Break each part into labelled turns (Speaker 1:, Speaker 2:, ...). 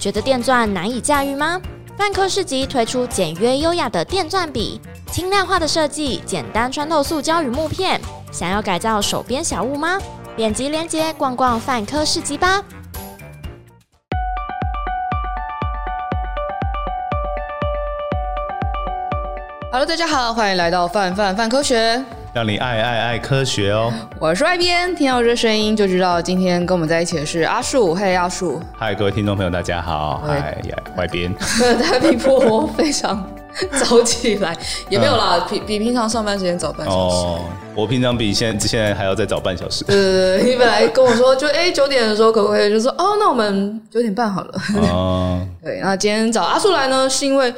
Speaker 1: 觉得电钻难以驾驭吗？范科市集推出简约优雅的电钻笔，轻量化的设计，简单穿透塑胶与木片。想要改造手边小物吗？点击链接逛逛范科市集吧。
Speaker 2: Hello，大家好，欢迎来到范范范科学，
Speaker 3: 让你爱爱爱科学 哦！
Speaker 2: 我是外边，听到这声音就知道今天跟我们在一起的是阿树，嘿，阿树，
Speaker 3: 嗨，各位听众朋友，大家好！嗨呀，外边
Speaker 2: 他逼迫我非常早起来，也没有啦，比比平常上班时间早半小时。
Speaker 3: 哦，我平常比现在现在还要再早半小 时。
Speaker 2: 呃，你本来跟我说就哎九、点的时候可不可以，就说哦，那我们九点半好了。
Speaker 3: 哦，
Speaker 2: 对，那今天找阿树来呢，是因为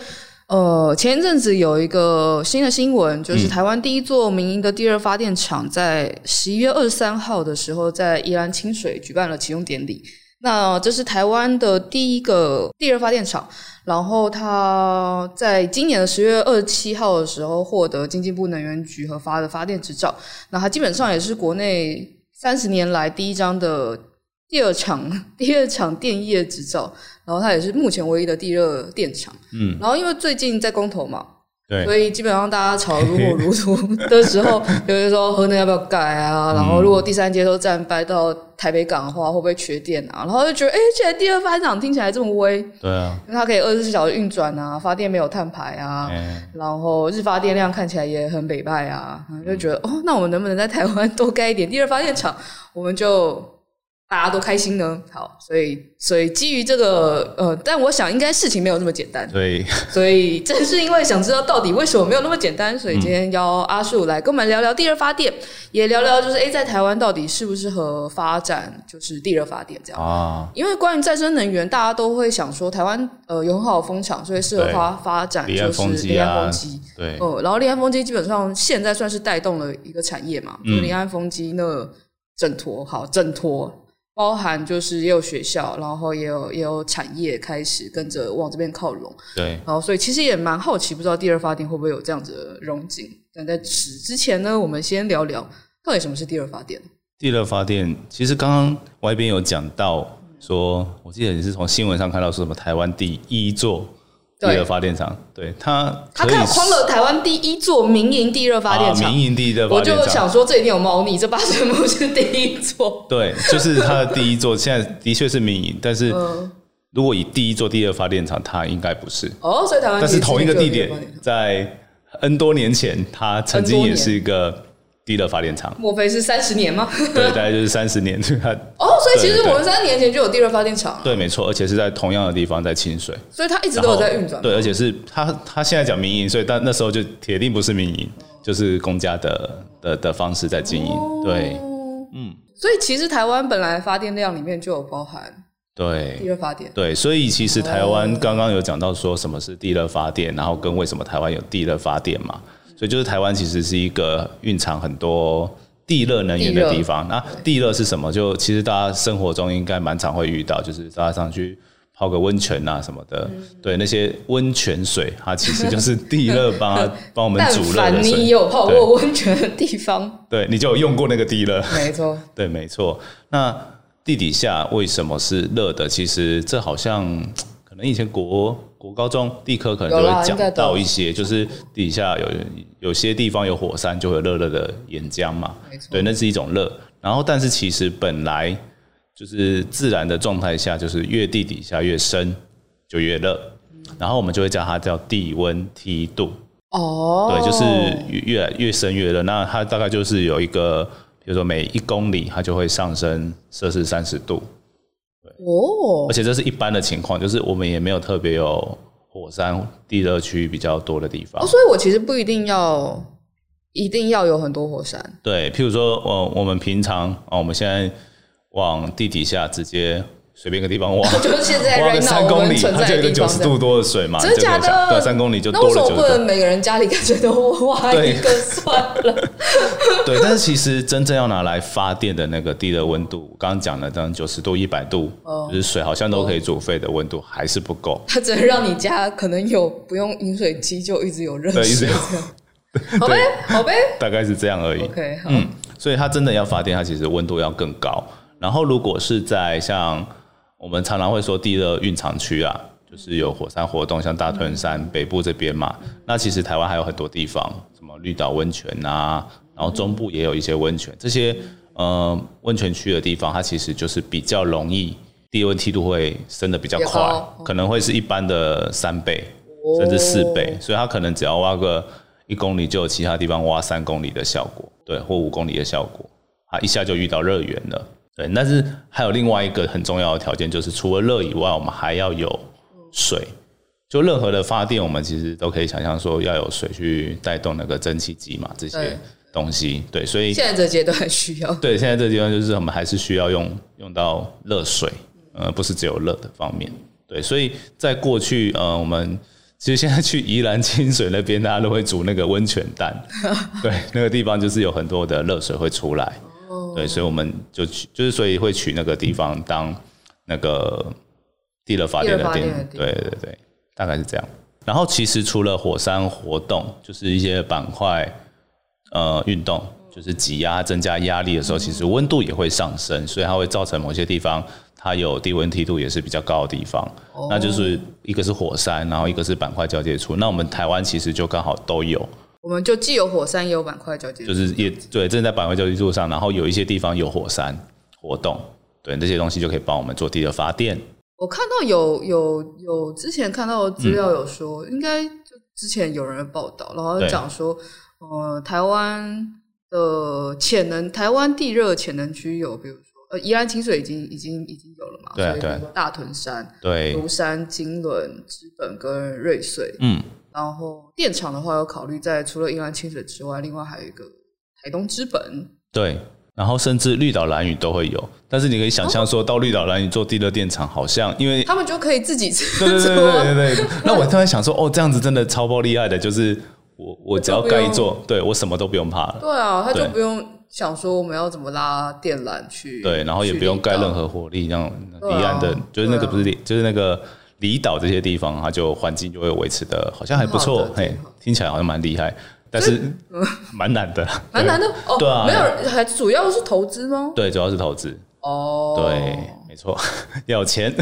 Speaker 2: 呃前一阵子有一个新的新闻，就是台湾第一座民营的第二发电厂在十一月二十三号的时候，在宜兰清水举办了启用典礼。那这是台湾的第一个第二发电厂，然后它在今年的十月二十七号的时候获得经济部能源局核发的发电执照。那它基本上也是国内三十年来第一张的第二场 第二场电业执照，然后它也是目前唯一的第二电厂。
Speaker 3: 嗯，
Speaker 2: 然后因为最近在公投嘛，所
Speaker 3: 对，
Speaker 2: 以基本上大家吵得如火如荼的时 候，有人说核能要不要改啊？
Speaker 3: 嗯
Speaker 2: 然后如果第三接收站搬到台北港的话，会不会缺电啊？然后就觉得，哎、既然第二发电厂听起来这么威，因
Speaker 3: 对啊，
Speaker 2: 为它可以二十四小时运转啊，发电没有碳排啊。
Speaker 3: 哎，
Speaker 2: 然后日发电量看起来也很北派啊，
Speaker 3: 嗯
Speaker 2: 然后就觉得哦，那我们能不能在台湾多盖一点第二发电厂，我们就大家都开心呢？好，所以所以基于这个
Speaker 3: 嗯
Speaker 2: 呃，但我想应该事情没有这么简单，
Speaker 3: 所以
Speaker 2: 所以正是因为想知道到底为什么没有那么简
Speaker 3: 嗯
Speaker 2: 单，所以今天邀阿树来跟我们聊聊第二发电，也聊聊就是诶，哎在台湾到底适不适合发展就是第二发电这样。
Speaker 3: 啊，
Speaker 2: 因为关于再生能源，大家都会想说台湾呃有很好的风场，所以适合
Speaker 3: 对
Speaker 2: 发发展
Speaker 3: 离
Speaker 2: 就
Speaker 3: 岸风
Speaker 2: 是
Speaker 3: 机
Speaker 2: 离岸
Speaker 3: 啊
Speaker 2: 风机。，
Speaker 3: 对，
Speaker 2: 哦，然后离岸风机基本上现在算是带动了一个产业嘛，
Speaker 3: 嗯
Speaker 2: 就是离岸风机那整坨好整坨，包含就是也有学校，然后也有也有产业开始跟着往这边靠拢，
Speaker 3: 对，
Speaker 2: 然后所以其实也蛮好奇，不知道第二发电会不会有这样子的融景。但在此之前呢，我们先聊聊到底什么是第二发电。
Speaker 3: 地热发电，其实刚刚外边有讲到说，我记得你是从新闻上看到说什么台湾第一座地
Speaker 2: 对
Speaker 3: 热发电厂，对，它
Speaker 2: 他
Speaker 3: 可以
Speaker 2: 看框了台湾第一座民营地热发电
Speaker 3: 啊
Speaker 2: 厂，
Speaker 3: 民营地热
Speaker 2: 我
Speaker 3: 发电
Speaker 2: 就
Speaker 3: 厂
Speaker 2: 想，说这一定有猫腻，这八成不是第一座。
Speaker 3: 对，就是它的第一座，现在的确是民营，但是
Speaker 2: 嗯，
Speaker 3: 如果以第一座地热发电厂，它应该不是。
Speaker 2: 哦，所以台湾
Speaker 3: 但是
Speaker 2: 其实
Speaker 3: 同一个
Speaker 2: 就有
Speaker 3: 地
Speaker 2: 地热
Speaker 3: 点
Speaker 2: 发电厂，
Speaker 3: 在 N 多年前，它曾
Speaker 2: N
Speaker 3: 经
Speaker 2: 多年，
Speaker 3: 也是一个地热发电厂
Speaker 2: 莫非是三十年 吗？
Speaker 3: 对，大概就是三十年，对它
Speaker 2: 哦，所以其实
Speaker 3: 对对
Speaker 2: 我们三十年前就有地热发电厂了，
Speaker 3: 对，没错，而且是在同样的地方，在清水，
Speaker 2: 所以它一直
Speaker 3: 然
Speaker 2: 都有
Speaker 3: 后
Speaker 2: 在运转。
Speaker 3: 对，而且是它它现在讲民营，所以但那时候就铁定不是民营，就是公家的的的方式在经营，对
Speaker 2: 哦，嗯，所以其实台湾本来发电量里面就有包含
Speaker 3: 对
Speaker 2: 地。热发电。
Speaker 3: 对，所以其实台湾刚刚有讲到说什么是地热发电，然后跟为什么台湾有地热发电嘛，所以就是台湾其实是一个蕴藏很多地热能源的地方。那地热是什么？就其实大家生活中应该蛮常会遇到，就是大家上去。泡个温泉啊什么的，
Speaker 2: 嗯
Speaker 3: 对那些温泉水，它其实就是地热 帮它帮我们
Speaker 2: 但
Speaker 3: 煮热
Speaker 2: 凡
Speaker 3: 的
Speaker 2: 你
Speaker 3: 水，
Speaker 2: 有泡过温泉的地方，
Speaker 3: 对，你就有用过那个地热。
Speaker 2: 没 错，
Speaker 3: 对，没错。那地底下为什么是热的？其实这好像可能以前国国高中地科可能
Speaker 2: 有
Speaker 3: 就
Speaker 2: 啦
Speaker 3: 会
Speaker 2: 应该
Speaker 3: 讲
Speaker 2: 都
Speaker 3: 到一些，就是地底下有有些地方有火山，就会有热热的岩浆嘛
Speaker 2: 没错。
Speaker 3: 对，那是一种热。然后，但是其实本来就是自然的状态下，就是越地底下越深就越热，
Speaker 2: 嗯
Speaker 3: 然后我们就会叫它叫地温梯度。
Speaker 2: 哦，
Speaker 3: 对，就是越越来越深越热。那它大概就是有一个，比如说每一公里它就会上升摄氏三十度，
Speaker 2: 哦
Speaker 3: 而，且这是一般的情况，就是我们也没有特别有火山地热区比较多的地方
Speaker 2: 哦，。所以我其实不一定要一定要有很多火山，。
Speaker 3: 对，譬如说，呃，我们平常啊、哦我们现在往地底下直接随便一个地方挖
Speaker 2: 就是现在
Speaker 3: 挖
Speaker 2: right
Speaker 3: 个
Speaker 2: now
Speaker 3: 三
Speaker 2: 我
Speaker 3: 公
Speaker 2: 们
Speaker 3: 里，
Speaker 2: 存
Speaker 3: 它
Speaker 2: 在
Speaker 3: 就有一
Speaker 2: 的
Speaker 3: 个
Speaker 2: 地
Speaker 3: 九
Speaker 2: 方
Speaker 3: 十
Speaker 2: 这样
Speaker 3: 度多的水嘛，
Speaker 2: 真的
Speaker 3: 你就可
Speaker 2: 假
Speaker 3: 以想
Speaker 2: 的？
Speaker 3: 对，三公里就
Speaker 2: 那
Speaker 3: 多
Speaker 2: 为
Speaker 3: 了
Speaker 2: 什么
Speaker 3: 九
Speaker 2: 不
Speaker 3: 十度
Speaker 2: 能。每个人家里干脆都挖一个算了？
Speaker 3: 对，但是其实真正要拿来发电的那个地的温度，我刚刚讲的，当然九十度、一百度，就是水好像都可以煮沸的温度，还是不够。
Speaker 2: 它只能让你家可能有不用饮水机就一直有热
Speaker 3: 对一
Speaker 2: 水
Speaker 3: 直有
Speaker 2: 这样。好呗，好呗
Speaker 3: 大概是这样而已。
Speaker 2: ，OK，好。
Speaker 3: 嗯，所以它真的要发电，它其实温度要更高。然后如果是在像我们常常会说地热蕴藏区啊，就是有火山活动，像大屯山、北部这边嘛。那其实台湾还有很多地方，什么绿岛温泉啊，然后中部也有一些温泉，这些呃温泉区的地方，它其实就是比较容易地温梯度会升的比较
Speaker 2: 也
Speaker 3: 快
Speaker 2: 高，嗯
Speaker 3: 可能会是一般的三倍甚至四倍，所以它可能只要挖个一公里，就有其他地方挖三公里的效果，对，或五公里的效果。啊，一下就遇到热源了。对，但是还有另外一个很重要的条件，就是除了热以外，我们还要有水。就任何的发电，我们其实都可以想象说要有水去带动那个蒸汽机嘛，这
Speaker 2: 对
Speaker 3: 些东西。对，所以
Speaker 2: 现在这阶段需要。
Speaker 3: 对现在这个地方就是我们还是需要用用到热水，呃，不是只有热的方面。对，所以在过去，呃，我们其实现在去宜兰清水那边，大家都会煮那个温泉蛋，对，那个地方就是有很多的热水会出来。对，所以我们就取，就是所以会取那个地方当那个地热发电
Speaker 2: 地
Speaker 3: 的
Speaker 2: 热发电的
Speaker 3: 电，
Speaker 2: 地
Speaker 3: 对对对，大概是这样。然后其实除了火山活动，就是一些板块呃运动，就是挤压增加压力的时候，其实温度也会上升，所以它会造成某些地方它有低温梯度也是比较高的地方。那就是一个是火山，然后一个是板块交界处。那我们台湾其实就刚好都有，
Speaker 2: 我们就既有火山，也有板块交接。
Speaker 3: 就是也对，正在板块交易路上，然后有一些地方有火山活动，对这些东西就可以帮我们做地热发电。
Speaker 2: 我看到有有有之前看到的资料有说，应该就之前有人报道，然后
Speaker 3: 嗯对
Speaker 2: 讲说，呃，台湾的潜能，台湾地热潜能区有，比如说呃，宜兰清水已经已经已经有了嘛，
Speaker 3: 对啊
Speaker 2: 所以
Speaker 3: 对啊
Speaker 2: 比如说大屯山、
Speaker 3: 对，
Speaker 2: 庐山、金轮、知本跟瑞穗，
Speaker 3: 嗯，
Speaker 2: 然后电厂的话，有考虑在除了宜兰清水之外，另外还有一个台东知本，
Speaker 3: 对。然后甚至绿岛蓝屿都会有，但是你可以想象说到绿岛蓝屿做地热电厂，好像因为
Speaker 2: 他们就可以自己 制
Speaker 3: 对对对
Speaker 2: 作
Speaker 3: 对对对。那我突然想说，哦，这样子真的超爆厉害的，就是我我只要盖一座，对我什么都不用怕了。
Speaker 2: 对啊，他就
Speaker 3: 对
Speaker 2: 不用想说我们要怎么拉电缆去，
Speaker 3: 对，然后也不用盖任
Speaker 2: 何。
Speaker 3: 何火力，让
Speaker 2: 对啊
Speaker 3: 离岸的，就是那
Speaker 2: 对
Speaker 3: 个
Speaker 2: 啊
Speaker 3: 不是离，就是那个离岛这些地方，它就环境就会维持的，好像还不
Speaker 2: 挺
Speaker 3: 错
Speaker 2: 好的，
Speaker 3: 嘿
Speaker 2: 挺好，
Speaker 3: 听起来好像蛮厉害，但是蛮难的，
Speaker 2: 蛮难的哦，
Speaker 3: 对啊
Speaker 2: 没有，还主要是投资吗？
Speaker 3: 对，对，主要是投资，
Speaker 2: 哦，
Speaker 3: 对，没错， 要有钱，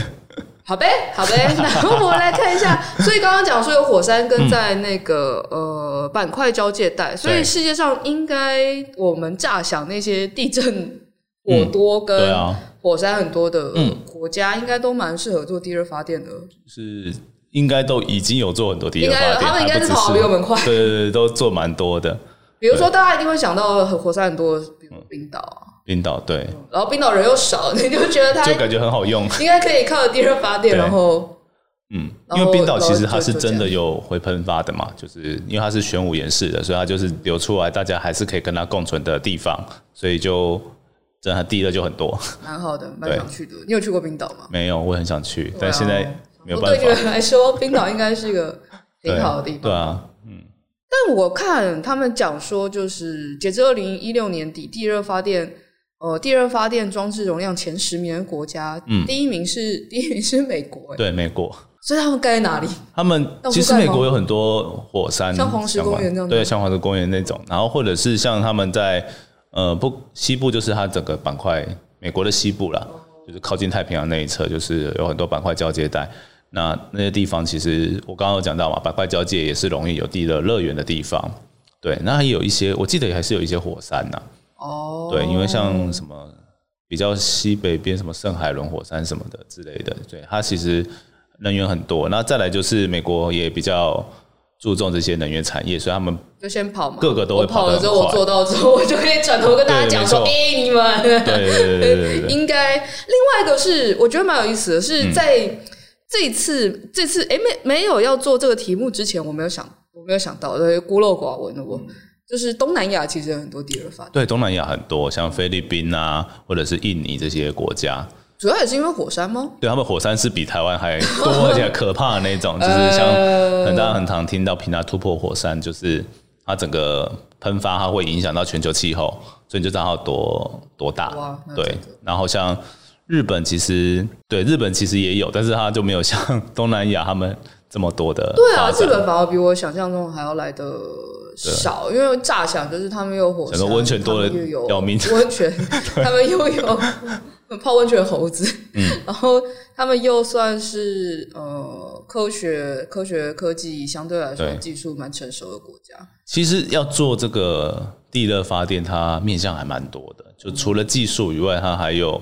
Speaker 2: 好呗，好 呗，那我们来看一下。所以刚刚讲说有火山跟在那个、呃板块交界带，所以
Speaker 3: 嗯对
Speaker 2: 世界上应该我们乍想那些地震火多
Speaker 3: 嗯对
Speaker 2: 跟
Speaker 3: 啊，
Speaker 2: 火山很多的国家，应该都蛮适合做地热发电的。
Speaker 3: 是应该都已经有做很多地
Speaker 2: 应
Speaker 3: 热
Speaker 2: 该有
Speaker 3: 发电，
Speaker 2: 他们应该
Speaker 3: 还不
Speaker 2: 是
Speaker 3: 只
Speaker 2: 跑得比我们快
Speaker 3: 对对对，都做蛮多的，
Speaker 2: 比如说大家一定会想到火山很多，比如冰岛啊，
Speaker 3: 冰岛对，
Speaker 2: 然后冰岛人又少，你就觉得它
Speaker 3: 就感觉很好用，
Speaker 2: 应该可以靠地热发电，
Speaker 3: 对
Speaker 2: 然后
Speaker 3: 嗯，
Speaker 2: 然
Speaker 3: 因
Speaker 2: 后
Speaker 3: 为冰岛其实
Speaker 2: 然后
Speaker 3: 它
Speaker 2: 就是
Speaker 3: 真
Speaker 2: 就
Speaker 3: 的
Speaker 2: 这
Speaker 3: 有会喷发的嘛，就是因为它是玄武岩式的，所以它就是流出来，大家还是可以跟它共存的地方，所以就真的地热就很多。
Speaker 2: 蛮好的，蛮
Speaker 3: 对
Speaker 2: 想去的。你有去过冰岛吗？
Speaker 3: 没有，我很想
Speaker 2: 对
Speaker 3: 去，
Speaker 2: 啊哦
Speaker 3: 但现在没有办
Speaker 2: 对你
Speaker 3: 法。
Speaker 2: 们来说，冰岛应该是一个挺好的地
Speaker 3: 对
Speaker 2: 方。
Speaker 3: 啊，
Speaker 2: 但我看他们讲说，就是截至二零一六年底，地热发电。呃，地热发电装置容量前十名的国家，
Speaker 3: 嗯
Speaker 2: 第一名是 第一名是美国，哎
Speaker 3: 对美国，
Speaker 2: 所以他们盖在哪里？
Speaker 3: 他们
Speaker 2: 到处
Speaker 3: 其实
Speaker 2: 盖
Speaker 3: 美
Speaker 2: 吗
Speaker 3: 国有很多火山
Speaker 2: 像
Speaker 3: 相关，
Speaker 2: 黄石公园这样子
Speaker 3: 对，像黄石公园那种，然后或者是像他们在呃不西部，就是它整个板块，美国的西部啦，
Speaker 2: 哦
Speaker 3: 就是靠近太平洋那一侧，就是有很多板块交界带。那那些地方其实我刚刚有讲到嘛，板块交界也是容易有地热乐园的地方。对，那还有一些，我记得也还是有一些火山啊呐、
Speaker 2: 哦，
Speaker 3: 对，因为像什么比较西北边什么圣海伦火山什么的之类的，对它其实能源很多。那再来就是美国也比较注重这些能源产业，所以他们
Speaker 2: 就先跑嘛，
Speaker 3: 各个都会
Speaker 2: 我跑
Speaker 3: 跑得
Speaker 2: 了
Speaker 3: 很
Speaker 2: 之后，我
Speaker 3: 快
Speaker 2: 做到之后，我就可以转头跟大家讲说，哎
Speaker 3: 对、
Speaker 2: 你们，
Speaker 3: 对对对对对对对
Speaker 2: 应该。另外一个是，我觉得蛮有意思的
Speaker 3: 嗯
Speaker 2: 是，在这一次、这次哎、诶没没有要做这个题目之前，我没有想我没有想到，对孤陋寡闻的
Speaker 3: 嗯
Speaker 2: 我。就是东南亚其实有很多第二发展，
Speaker 3: 对，东南亚很多，像菲律宾啊，或者是印尼这些国家，
Speaker 2: 主要也是因为火山吗？
Speaker 3: 对他们火山是比台湾还 多而且可怕的那种，就是像
Speaker 2: 呃
Speaker 3: 很大很常听到平达突破火山，就是它整个喷发，它会影响到全球气候，所以你就知道它有多多大
Speaker 2: 哇那。这
Speaker 3: 对
Speaker 2: 个，
Speaker 3: 然后像日本其实对日本其实也有，但是它就没有像东南亚他们这么多的
Speaker 2: 对啊，
Speaker 3: 发
Speaker 2: 日
Speaker 3: 展。
Speaker 2: 本反而比我想象中还要来的少，因为啊乍想就是他们有火
Speaker 3: 想
Speaker 2: 山，
Speaker 3: 说温泉多 得
Speaker 2: 他们又有
Speaker 3: 要命
Speaker 2: 温泉他们又有 泡温泉的猴子，然后他们又算是呃科学、科学、科技相对来说
Speaker 3: 对
Speaker 2: 技术蛮成熟的国家。
Speaker 3: 其实要做这个地热发电，它面向还蛮多的，就除了技术以外，它还有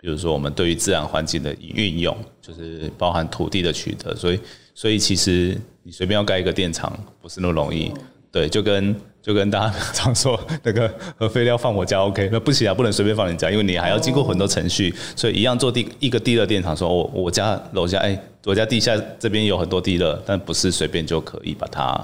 Speaker 3: 比如说我们对于自然环境的运用，就是包含土地的取得，所以所以其实你随便要盖一个电厂不是那么容易，对，就跟。就跟大家常说那个核废料放我家 OK，那不行啊，不能随便放人家，因为你还要经过很多程序，所以一样做地一个地热电厂，说我我家楼下哎、我家地下这边有很多地热，但不是随便就可以把它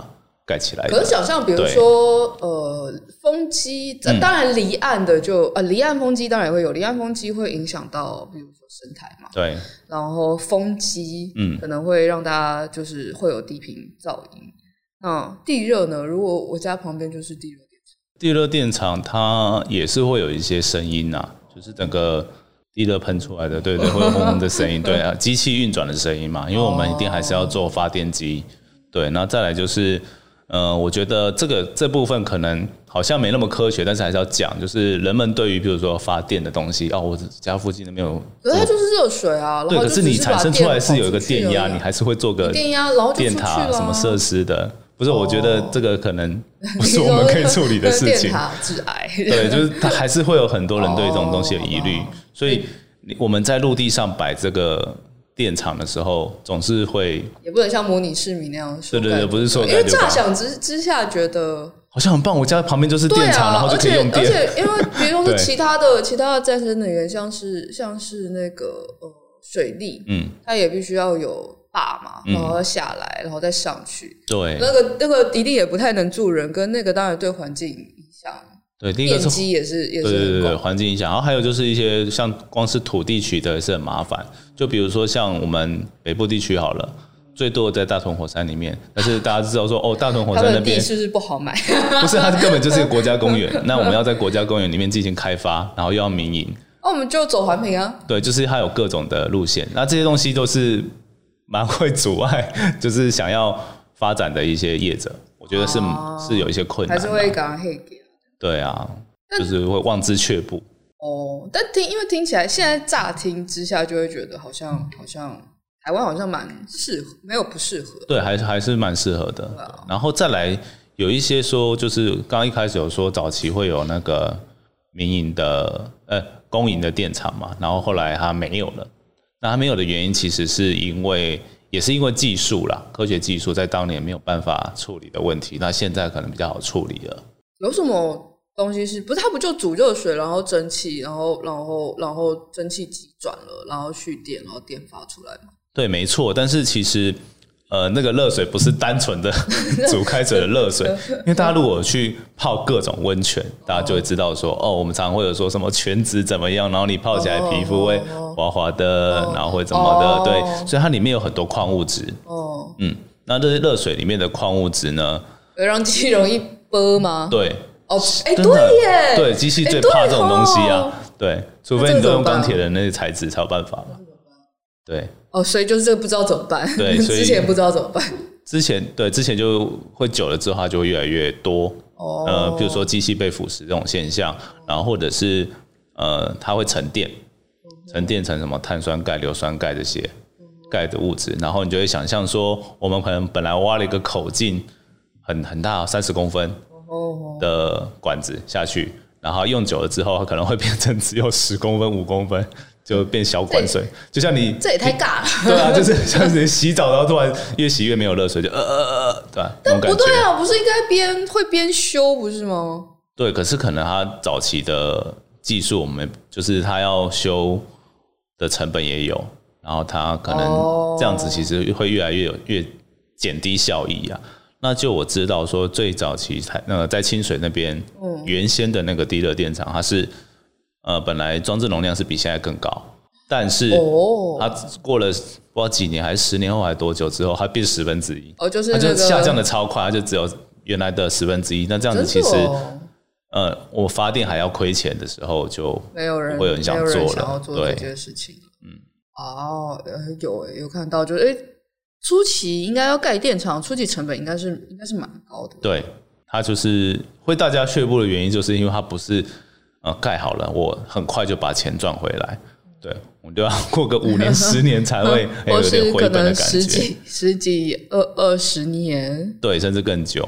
Speaker 3: 盖起来的。
Speaker 2: 可是想象，比如
Speaker 3: 对
Speaker 2: 说呃风机，当然离岸的就呃离岸风机当然也会有，离岸风机会影响到比如说生态嘛，
Speaker 3: 对，
Speaker 2: 然后风机
Speaker 3: 嗯
Speaker 2: 可能会让大家就是会有地坪噪音。那地热呢？如果我家旁边就是地热电厂，
Speaker 3: 地热电厂它也是会有一些声音呐、就是整个地热喷出来的，对对，会有轰轰的声音，对啊，机器运转的声音嘛，因为我们一定还是要做发电机，对，那再来就是，呃，我觉得这个这部分可能好像没那么科学，但是还是要讲，就是人们对于比如说发电的东西，哦，我家附近那边有
Speaker 2: 可是它就是热水啊，然
Speaker 3: 哦对，
Speaker 2: 后
Speaker 3: 可
Speaker 2: 就只
Speaker 3: 是你产生出来是有一个电
Speaker 2: 把
Speaker 3: 压，
Speaker 2: 跑出去而已啊
Speaker 3: 你还是会做个
Speaker 2: 电压然后就
Speaker 3: 电
Speaker 2: 出去
Speaker 3: 塔
Speaker 2: 了啊
Speaker 3: 什 么设施的，不是？我觉得这个可能不
Speaker 2: 你
Speaker 3: 是
Speaker 2: 说
Speaker 3: 我们可以处理的事情
Speaker 2: 电。塔致癌，
Speaker 3: 对，就是它还是会有很多人对这种东西有疑
Speaker 2: 哦
Speaker 3: 虑，所以你我们在陆地上摆这个电厂的时候，总是会
Speaker 2: 也不能像模拟市民那样说
Speaker 3: 对
Speaker 2: 盖
Speaker 3: 对
Speaker 2: 就盖。
Speaker 3: 对不是说
Speaker 2: 因为
Speaker 3: 盖就盖
Speaker 2: 乍想之之下觉得
Speaker 3: 好像很棒，我家旁边就是
Speaker 2: 对
Speaker 3: 电厂，然
Speaker 2: 啊，
Speaker 3: 后
Speaker 2: 而
Speaker 3: 就可
Speaker 2: 且
Speaker 3: 以用
Speaker 2: 而
Speaker 3: 电。
Speaker 2: 且因为比如说
Speaker 3: 对
Speaker 2: 其他的其他的再生能源，像是像是那个呃水利，
Speaker 3: 嗯，
Speaker 2: 它也必须要有坝嘛，然后要下来，然后再上去。
Speaker 3: 对
Speaker 2: 那个那个一定也不太能住人，跟那个当然对环境影响，
Speaker 3: 对，第一
Speaker 2: 面
Speaker 3: 个是
Speaker 2: 积也是也是
Speaker 3: 对对对
Speaker 2: 很
Speaker 3: 对，
Speaker 2: 广。
Speaker 3: 环境影响，然后还有就是一些像光是土地取得也是很麻烦，就比如说像我们北部地区好了，最多在大屯火山里面，但是大家知道说哦，大屯火
Speaker 2: 他
Speaker 3: 山那
Speaker 2: 们地
Speaker 3: 边
Speaker 2: 是不是不好买？
Speaker 3: 不是它根本就是一个国家公园，那我们要在国家公园里面进行开发，然后又要民营，
Speaker 2: 那我们就走环评啊。
Speaker 3: 对，就是它有各种的路线，那这些东西都是蛮会阻碍， 就是想要发展的一些业者，我觉得是、
Speaker 2: 哦
Speaker 3: 是有一些困难啊
Speaker 2: 还
Speaker 3: 的、
Speaker 2: 是会讲黑给
Speaker 3: 对啊，就是会望之却步。
Speaker 2: 哦。但听因为听起来，现在乍听之下就会觉得好像好像台湾好像蛮适合，没有不适合。
Speaker 3: 对，还是还是蛮适合的。然后再来有一些说，就是刚刚一开始有说早期会有那个民营的呃公营的电厂嘛，然后后来它没有了。那它没有的原因，其实是因为也是因为技术啦，科学技术在当年没有办法处理的问题，那现在可能比较好处理了。
Speaker 2: 有什么东西是不是它不就煮热水，然后蒸汽，然后然后然后蒸汽急转了，然后蓄电，然后电发出来吗？
Speaker 3: 对，没错。但是其实，呃，那个热水不是单纯的 煮开水的热水，因为大家如果去泡各种温泉，大家就会知道说，哦，我们常会有说什么全脂怎么样，然后你泡起来皮肤会滑滑的，然后会怎么的，
Speaker 2: 哦
Speaker 3: 对，所以它里面有很多矿物质，
Speaker 2: 哦，
Speaker 3: 嗯，那这些热水里面的矿物质呢，
Speaker 2: 会让机容易崩吗？
Speaker 3: 对，
Speaker 2: 哦，哎、
Speaker 3: 真的
Speaker 2: 对耶，
Speaker 3: 对，机器
Speaker 2: 哎
Speaker 3: 最
Speaker 2: 对
Speaker 3: 怕这种东西啊
Speaker 2: 哦，
Speaker 3: 对，除
Speaker 2: 那这
Speaker 3: 非
Speaker 2: 个
Speaker 3: 你都
Speaker 2: 怎
Speaker 3: 用
Speaker 2: 么办啊
Speaker 3: 钢铁的那些材质才有办法嘛，对。
Speaker 2: 哦，所以就是这个不知道怎么办，
Speaker 3: 对所以
Speaker 2: 之前不知道怎么办。
Speaker 3: 之前对之前就会久了之后，它就会越来越多。
Speaker 2: 哦
Speaker 3: 呃，比如说机器被腐蚀这种现象，然后或者是呃，它会沉淀，
Speaker 2: 嗯
Speaker 3: 沉淀成什么碳酸钙、硫酸钙这些钙的物质，然后你就会想象说，我们可能本来挖了一个口径很很大，三十公分
Speaker 2: 哦，
Speaker 3: 的管子下去，然后用久了之后，它可能会变成只有十公分、五公分，就变小管水，就像你。
Speaker 2: 这也太尬了。
Speaker 3: 对啊，就是像你洗澡，然后突然越洗越没有热水，就呃呃呃呃，对吧、那种感
Speaker 2: 不
Speaker 3: 觉。
Speaker 2: 对啊，不是应该边会边修不是吗？
Speaker 3: 对，可是可能它早期的技术，我们就是它要修的成本也有，然后它可
Speaker 2: 哦
Speaker 3: 能这样子其实会越来越有越减低效益啊。那就我知道说，最早期台那个在清水那边，
Speaker 2: 嗯
Speaker 3: 原先的那个低热电厂，它是呃本来装置容量是比现在更高，但是
Speaker 2: 哦
Speaker 3: 它过了不知道几年还是十年后还是多久之后，它变十分之一，
Speaker 2: 哦，就是
Speaker 3: 它
Speaker 2: 那
Speaker 3: 啊就
Speaker 2: 个
Speaker 3: 下降的超快，它就只有原来的十分之一。那这样子其实。
Speaker 2: 真的哦
Speaker 3: 呃，我发电还要亏钱的时候就
Speaker 2: 没有人
Speaker 3: 不会有人想
Speaker 2: 没有人
Speaker 3: 做
Speaker 2: 想要
Speaker 3: 了，
Speaker 2: 做这
Speaker 3: 对
Speaker 2: 件事情。嗯，哦，呃有诶、有看到，就是诶、初期应该要盖电厂，初期成本应该是应该是蛮高的。
Speaker 3: 对，它就是会大家却步的原因，就是因为它不是呃盖好了，我很快就把钱赚回来，对，我们就要过个 五年、十年才会、哎
Speaker 2: 或
Speaker 3: 有点
Speaker 2: 是
Speaker 3: 回
Speaker 2: 可
Speaker 3: 本的
Speaker 2: 能
Speaker 3: 感
Speaker 2: 十
Speaker 3: 觉，
Speaker 2: 几、十几、二二十年。
Speaker 3: 对，甚至更久。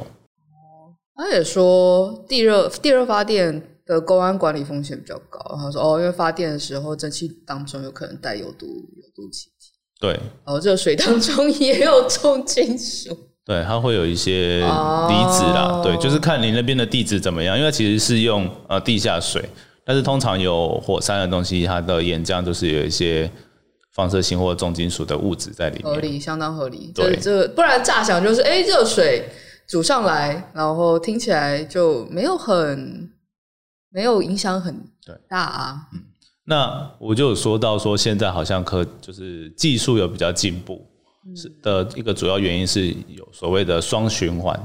Speaker 2: 他也说，地热地热发电的公安管理风险比较高。他说，哦，因为发电的时候，蒸汽当中有可能带有毒有毒气体，
Speaker 3: 对
Speaker 2: 然后热水当中 也有重金属。
Speaker 3: 对，它会有一些离子啦，
Speaker 2: 哦
Speaker 3: 对，就是看你那边的地质怎么样，因为其实是用呃地下水，但是通常有火山的东西，它的岩浆就是有一些放射性或重金属的物质在里
Speaker 2: 合
Speaker 3: 面。
Speaker 2: 理，相当合理。
Speaker 3: 对
Speaker 2: 这这不然乍想就是，哎、热水煮上来，然后听起来就没有很没有影响很大啊。
Speaker 3: 那我就有说到说，现在好像科就是技术有比较进步，是的一个主要原因是有所谓的双循环，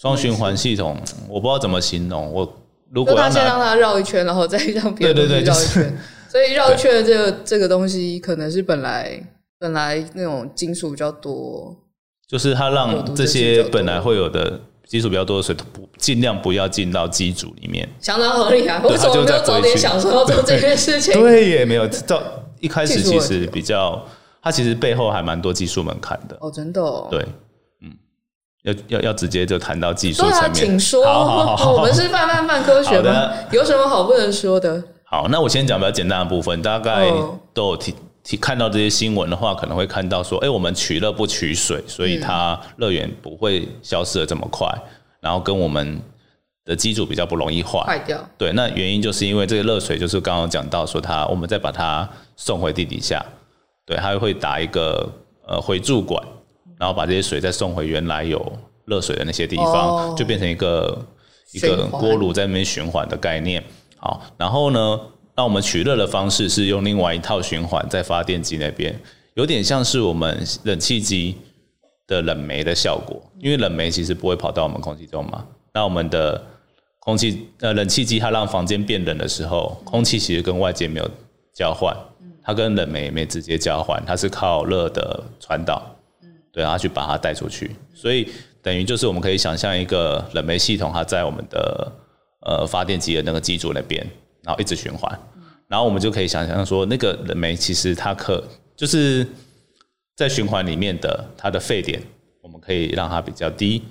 Speaker 3: 双循环系统，我不知道怎么形容。我如
Speaker 2: 就
Speaker 3: 果
Speaker 2: 他
Speaker 3: 要
Speaker 2: 先
Speaker 3: 拿
Speaker 2: 让他绕一圈，然后再让别人
Speaker 3: 对对对
Speaker 2: 绕一圈。
Speaker 3: 就是
Speaker 2: 所以绕一圈的这个这个东西，可能是本来本来那种金属比较多，
Speaker 3: 就是它
Speaker 2: 有
Speaker 3: 让
Speaker 2: 毒
Speaker 3: 这
Speaker 2: 的
Speaker 3: 些
Speaker 2: 金属
Speaker 3: 本来会有的基础比较多的水，不尽量不要进到机组里面。
Speaker 2: 相当合理啊。
Speaker 3: 对
Speaker 2: 为什
Speaker 3: 他
Speaker 2: 么
Speaker 3: 就
Speaker 2: 没
Speaker 3: 再
Speaker 2: 有早
Speaker 3: 回
Speaker 2: 点
Speaker 3: 去
Speaker 2: 想说要做这件事情？
Speaker 3: 对，也没有到一开始
Speaker 2: 技术
Speaker 3: 其
Speaker 2: 问题
Speaker 3: 实
Speaker 2: 哦
Speaker 3: 比较，它其实背后还蛮多技术门槛的。
Speaker 2: 哦，真的、哦。
Speaker 3: 对，嗯，要要要直接就谈到技术
Speaker 2: 对啊，
Speaker 3: 层面。
Speaker 2: 请说，哦
Speaker 3: 好好好好
Speaker 2: 我们是泛泛泛科学
Speaker 3: 好
Speaker 2: 吗
Speaker 3: 的？
Speaker 2: 有什么好不能说的？
Speaker 3: 好，那我先讲比较简单的部分，大概
Speaker 2: 哦
Speaker 3: 都有提提看到这些新闻的话，可能会看到说，哎、我们取乐不取水，所以它
Speaker 2: 嗯
Speaker 3: 乐园不会消失的这么快，然后跟我们的机组比较不容易坏。
Speaker 2: 坏掉，
Speaker 3: 对，那原因就是因为这个热水，就是刚刚讲到说它，我们再把它送回地底下，对，它会打一个呃回注管，然后把这些水再送回原来有热水的那些地方，
Speaker 2: 哦
Speaker 3: 就变成一个一
Speaker 2: 循
Speaker 3: 个
Speaker 2: 环
Speaker 3: 锅炉在那边循环的概念。好，然后呢，那我们取热的方式是用另外一套循环在发电机那边，有点像是我们冷气机的冷媒的效果，因为冷媒其实不会跑到我们空气中嘛。那我们的空气呃冷气机它让房间变冷的时候，空气其实跟外界没有交换，它跟冷媒也没直接交换，它是靠热的传导，对，它去把它带出去。所以等于就是我们可以想象一个冷媒系统，它在我们的呃发电机的那个机组那边，然后一直循环，然后我们就可以想象说，那个冷媒其实它可就是在循环里面的它的沸点，我们可以让它比较低。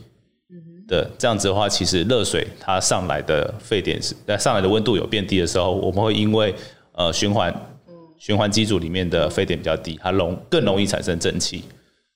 Speaker 3: 的这样子的话，其实热水它上来的沸点是，呃，上来的温度有变低的时候，我们会因为呃循环循环机组里面的沸点比较低，它容更容易产生蒸汽。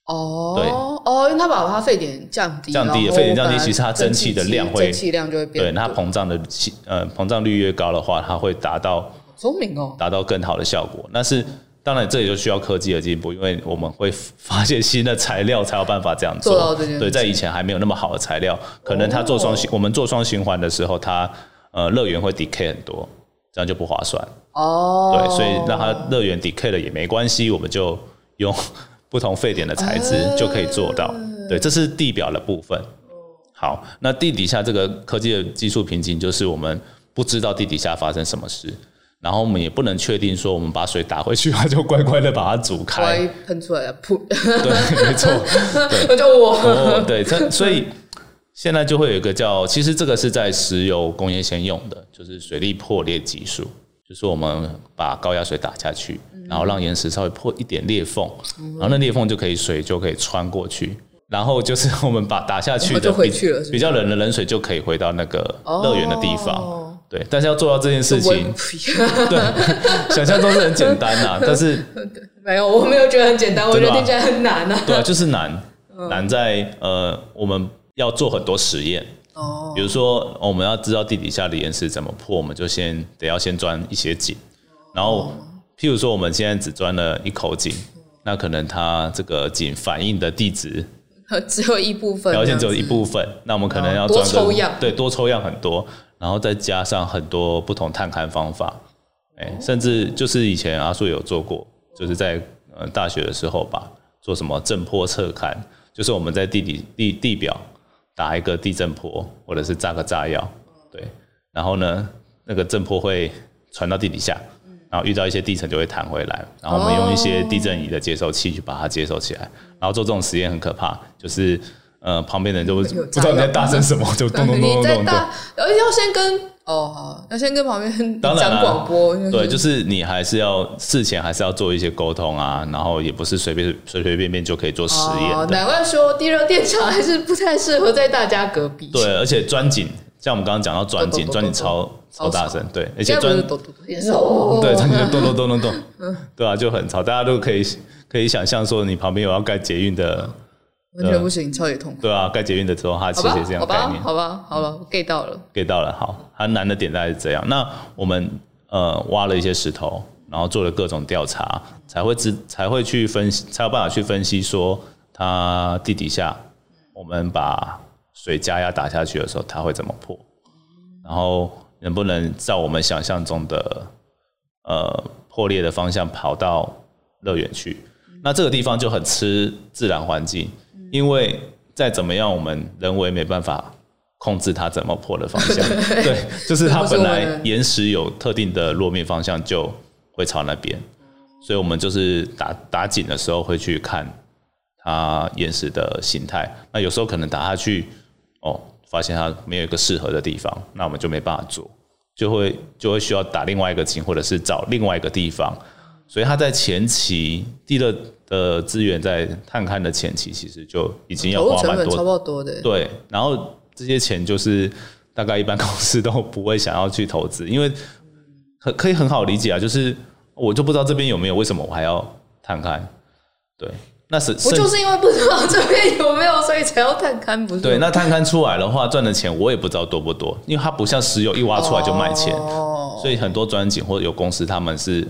Speaker 2: 哦，哦，因为他把它沸点降低，
Speaker 3: 降低
Speaker 2: 然后
Speaker 3: 沸点降低
Speaker 2: 本来
Speaker 3: 其实它蒸汽的量会
Speaker 2: 蒸汽量就会变多，
Speaker 3: 对，那它膨胀的气呃膨胀率越高的话，它会达到
Speaker 2: 聪明哦，
Speaker 3: 达到更好的效果。但是当然，这也就需要科技的进步，因为我们会发现新的材料才有办法这样做。
Speaker 2: 做到这件事哦
Speaker 3: 对，在以前还没有那么好的材料，可能它做双循，我们做双循环的时候，它呃热源会 decay 很多，这样就不划算。
Speaker 2: 哦，
Speaker 3: 对，所以让它热源 decay 了也没关系，我们就用 不同沸点的材质
Speaker 2: 哦
Speaker 3: 就可以做到。对，这是地表的部分。好，那地底下这个科技的技术瓶颈就是我们不知道地底下发生什么事，然后我们也不能确定说我们把水打回去，它就乖乖的把它煮
Speaker 2: 我还
Speaker 3: 开。
Speaker 2: 喷出来了，噗，
Speaker 3: 对，没错。
Speaker 2: 我 就我
Speaker 3: 哦，对，这所以现在就会有一个叫，其实这个是在石油工业先用的，就是水力破裂技术，就是我们把高压水打下去，
Speaker 2: 嗯
Speaker 3: 然后让岩石稍微破一点裂缝，然后那裂缝就可以水就可以穿过去。然后就是我们把打下去的
Speaker 2: 然后就回
Speaker 3: 比
Speaker 2: 去了是不是
Speaker 3: 比较冷的冷水就可以回到那个乐园的地方。
Speaker 2: 哦
Speaker 3: 对，但是要做到这件事
Speaker 2: 我
Speaker 3: 情，想象中是很简单呐、但是
Speaker 2: 没有，我没有觉得很简单，我觉
Speaker 3: 真的
Speaker 2: 得听
Speaker 3: 吗
Speaker 2: 起来很难啊。
Speaker 3: 对啊，就是难，难在呃，我们要做很多实验，
Speaker 2: 哦，
Speaker 3: 比如说，哦我们要知道地底下的岩石怎么破，我们就先得要先钻一些井。然后，譬如说，我们现在只钻了一口井，那可能它这个井反映的地质
Speaker 2: 只有一部分，
Speaker 3: 条件只有一部分，那我们可能要
Speaker 2: 多
Speaker 3: 钻
Speaker 2: 抽
Speaker 3: 个
Speaker 2: 样
Speaker 3: 对，多抽样很多，然后再加上很多不同探勘方法，哎、甚至就是以前阿树有做过，就是在呃大学的时候吧，做什么震波测勘，就是我们在地底地地表打一个地震波，或者是炸个炸药，对，然后呢，那个震波会传到地底下。然后遇到一些地层就会弹回来，然后我们用一些地震仪的接收器去把它接收起来，然后做这种实验很可怕，就是呃旁边的人就不
Speaker 2: 有炸药
Speaker 3: 不知道你在大声什么，就咚咚咚
Speaker 2: 你
Speaker 3: 咚
Speaker 2: 在
Speaker 3: 咚咚。
Speaker 2: 大，而且要先跟哦，好，要先跟旁边
Speaker 3: 当然
Speaker 2: 讲
Speaker 3: 啦
Speaker 2: 广播，因为
Speaker 3: 对，就是你还是要事前还是要做一些沟通啊，然后也不是随便随随便便就可以做实
Speaker 2: 哦
Speaker 3: 验，的。
Speaker 2: 难怪说地热电厂还是不太适合在大家隔壁。
Speaker 3: 对，，而且钻井，像我们刚刚讲到钻井，
Speaker 2: 咚咚
Speaker 3: 钻井
Speaker 2: 咚
Speaker 3: 超超
Speaker 2: 超
Speaker 3: 大
Speaker 2: 吵
Speaker 3: 声，对，而
Speaker 2: 而
Speaker 3: 且钻
Speaker 2: 嘟嘟嘟也是哦，嗯
Speaker 3: 对钻 井就咚咚咚咚咚，对啊，就很吵，大家都可以可以想象说你旁边有要盖捷运的，
Speaker 2: 完
Speaker 3: 嗯
Speaker 2: 全不行，超级痛苦。
Speaker 3: 对啊，盖捷运的时候，它其
Speaker 2: 好
Speaker 3: 实
Speaker 2: 吧
Speaker 3: 也是这，样
Speaker 2: 好
Speaker 3: 的概
Speaker 2: 吧
Speaker 3: 念，。嗯
Speaker 2: 好吧，好了我，get 到了。
Speaker 3: 给到了，好，它难的点大概是这样。那我们呃挖了一些石头，然后做了各种调查，才会知才会去分析，才有办法去分析说它地底下，我们把水加压打下去的时候，它会怎么破，然后能不能照我们想象中的呃破裂的方向跑到乐园去。那这个地方就很吃自然环境，因为再怎么样，我们人为没办法控制它怎么破的方向。对，就是它
Speaker 2: 这不是
Speaker 3: 本
Speaker 2: 我
Speaker 3: 来
Speaker 2: 们
Speaker 3: 岩石有特定的落面方向就会朝那边，所以我们就是打打井的时候会去看它岩石的形态。那有时候可能打下去，哦，发现它没有一个适合的地方，那我们就没办法做，就会就会需要打另外一个井，或者是找另外一个地方。所以它在前期地热的资源在探勘的前期，其实就已经要
Speaker 2: 投入
Speaker 3: 花
Speaker 2: 成
Speaker 3: 蛮
Speaker 2: 本
Speaker 3: 多
Speaker 2: 超爆多的，
Speaker 3: 对，然后这些钱就是大概一般公司都不会想要去投资，因为可可以很好理解啊，就是我就不知道这边有没有，为什么我还要探勘？对，那是
Speaker 2: 我就是因为不知道这边有没有，所以才要探勘，不是？
Speaker 3: 对，那探勘出来的话，赚的钱我也不知道多不多，因为它不像石油一挖出来就卖钱，
Speaker 2: 哦，
Speaker 3: 所以很多专井或者有公司他们是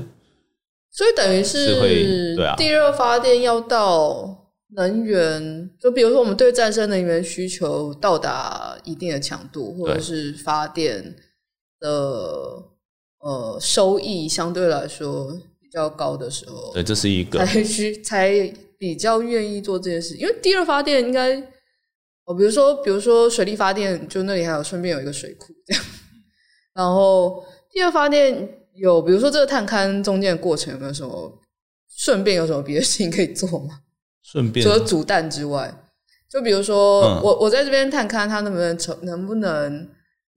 Speaker 2: 所以等于
Speaker 3: 是会
Speaker 2: 是
Speaker 3: 对啊
Speaker 2: 地热发电要到能源，就比如说我们对再生能源需求到达一定的强度，或者
Speaker 3: 对
Speaker 2: 是发电的呃收益相对来说比较高的时候，
Speaker 3: 对，这是一个
Speaker 2: 才需才比较愿意做这件事，因为地热发电应该。哦，比如说，比如说水力发电，就那里还有顺便有一个水库这样。然后第二发电有，比如说这个探勘中间的过程有没有什么顺便有什么别的事情可以做吗？
Speaker 3: 顺便
Speaker 2: 除了煮蛋之外，就比如说、
Speaker 3: 嗯
Speaker 2: 我我在这边探勘它能不能成能不能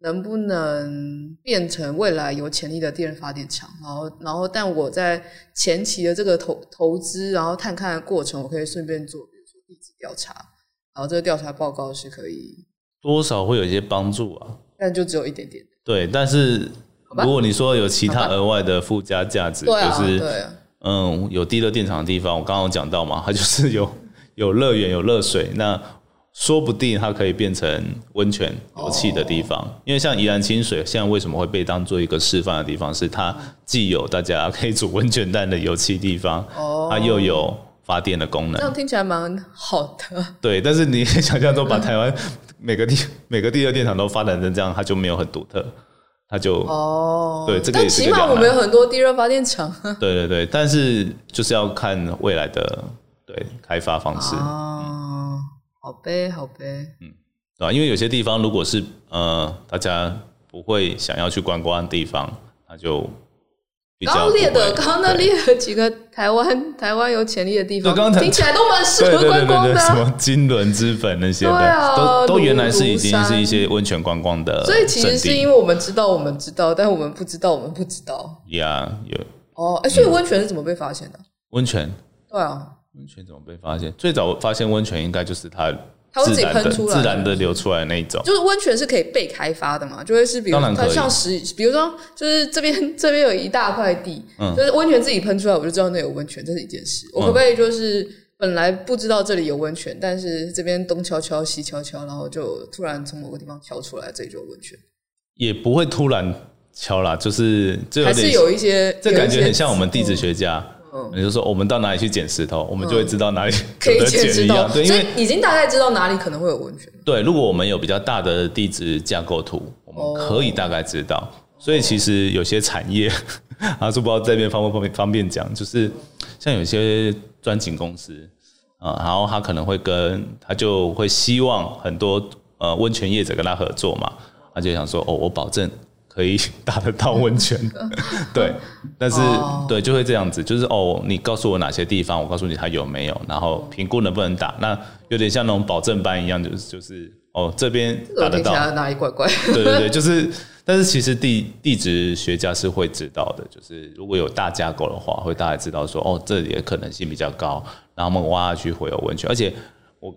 Speaker 2: 能不能变成未来有潜力的电热发电厂，然后然后但我在前期的这个投投资，然后探勘的过程，我可以顺便做，比如说地质调查，然后这个调查报告是可以，
Speaker 3: 多少会有一些帮助啊。
Speaker 2: 但就只有一点点，
Speaker 3: 对，但是
Speaker 2: 吧
Speaker 3: 如果你说有其他
Speaker 2: 好吧
Speaker 3: 额外的附加价值，
Speaker 2: 对啊，
Speaker 3: 就是
Speaker 2: 对啊。
Speaker 3: 嗯，有地热电厂的地方，我刚刚有讲到嘛，它 就是有有乐园、有热水，那说不定它可以变成温泉、游憩的地方。
Speaker 2: 哦
Speaker 3: 因为像宜兰清水，现在为什么会被当做一个示范的地方，是它既有大家可以煮温泉蛋的油气地方，
Speaker 2: 哦
Speaker 3: 它又有发电的功
Speaker 2: 这样
Speaker 3: 能。
Speaker 2: 听起来蛮好的，
Speaker 3: 对，但是你也想象中把台湾每个地 每个地热电厂都发展成这样，它就没有很独特，它就
Speaker 2: 哦。
Speaker 3: 对这个
Speaker 2: 但
Speaker 3: 也是
Speaker 2: 起
Speaker 3: 个
Speaker 2: 码
Speaker 3: 两
Speaker 2: 我们
Speaker 3: 难
Speaker 2: 有很多地热发电厂
Speaker 3: 对对对，但是就是要看未来的对开发方式，对
Speaker 2: 啊。好呗，好呗。
Speaker 3: 吧？因为有些地方如果是呃大家不会想要去观光的地方，那就比较
Speaker 2: 刚刚列的，
Speaker 3: 不会
Speaker 2: 刚刚那
Speaker 3: 对
Speaker 2: 列了几个台湾 台湾有潜力的地方，
Speaker 3: 对刚刚
Speaker 2: 听起来都蛮适
Speaker 3: 对对
Speaker 2: 合观
Speaker 3: 对
Speaker 2: 光的
Speaker 3: 对对，
Speaker 2: 啊、
Speaker 3: 什么金轮之本那些的，
Speaker 2: 对啊
Speaker 3: 都都
Speaker 2: 鲁
Speaker 3: 原来是已经
Speaker 2: 鲁
Speaker 3: 是
Speaker 2: 山
Speaker 3: 一些温泉观光的圣
Speaker 2: 所
Speaker 3: 地，
Speaker 2: 以其实是因为我们知道我们知道，但我们不知道我们不知道。
Speaker 3: 呀有
Speaker 2: 哦，哎、
Speaker 3: 嗯
Speaker 2: 所以温泉是怎么被发现的？
Speaker 3: 温泉，
Speaker 2: 对啊，
Speaker 3: 温泉怎么被发现？最早发现温泉应该就是它
Speaker 2: 它会自
Speaker 3: 自
Speaker 2: 己
Speaker 3: 然的
Speaker 2: 喷出来
Speaker 3: 自然的流出来的那一种，
Speaker 2: 就是温泉是可以被开发的嘛，就会是比如
Speaker 3: 当然可
Speaker 2: 它
Speaker 3: 以啊
Speaker 2: 像石，比如说就是这边 这边有一大块地，
Speaker 3: 嗯
Speaker 2: 就是温泉自己喷出来，我就知道那有温泉，这是一件事。我可不可以就是本来不知道这里有温泉，但是这边东敲敲西敲敲，然后就突然从某个地方敲出来，这里就有温泉。
Speaker 3: 也不会突然敲啦，就是这有
Speaker 2: 还
Speaker 3: 点
Speaker 2: 是有一些，
Speaker 3: 这感觉很像我们地
Speaker 2: 有一
Speaker 3: 质
Speaker 2: 些
Speaker 3: 学家，
Speaker 2: 嗯
Speaker 3: 你就说我们到哪里去捡石头，我们就会知道哪里
Speaker 2: 可
Speaker 3: 有
Speaker 2: 以
Speaker 3: 的
Speaker 2: 解
Speaker 3: 捡
Speaker 2: 知
Speaker 3: 一
Speaker 2: 道，
Speaker 3: 样。
Speaker 2: 所
Speaker 3: 对，因为
Speaker 2: 以已经大概知道哪里可能会有温泉。
Speaker 3: 对，如果我们有比较大的地质架构图，我们可以大概知道。所以其实有些产业， 啊，就不知道这边方不方便方便讲，就是像有些钻井公司啊、然后他可能会跟他就会希望很多呃温泉业者跟他合作嘛，他就想说哦，我保证可以 打得到温泉， 对，但是、
Speaker 2: 嗯哦
Speaker 3: 对就会这样子，就是哦，你告诉我哪些地方，我告诉你它有没有，然后评估能不能打，那有点像那种保证班一样，就是就是哦这边
Speaker 2: 这
Speaker 3: 打
Speaker 2: 种
Speaker 3: 得
Speaker 2: 听起
Speaker 3: 到，
Speaker 2: 来哪里怪怪？
Speaker 3: 对对对，就是但是其实地地质学家是会知道的，就是如果有大架构的话，会大概知道说哦，这里的可能性比较高，然后我们挖下去会有温泉，而且我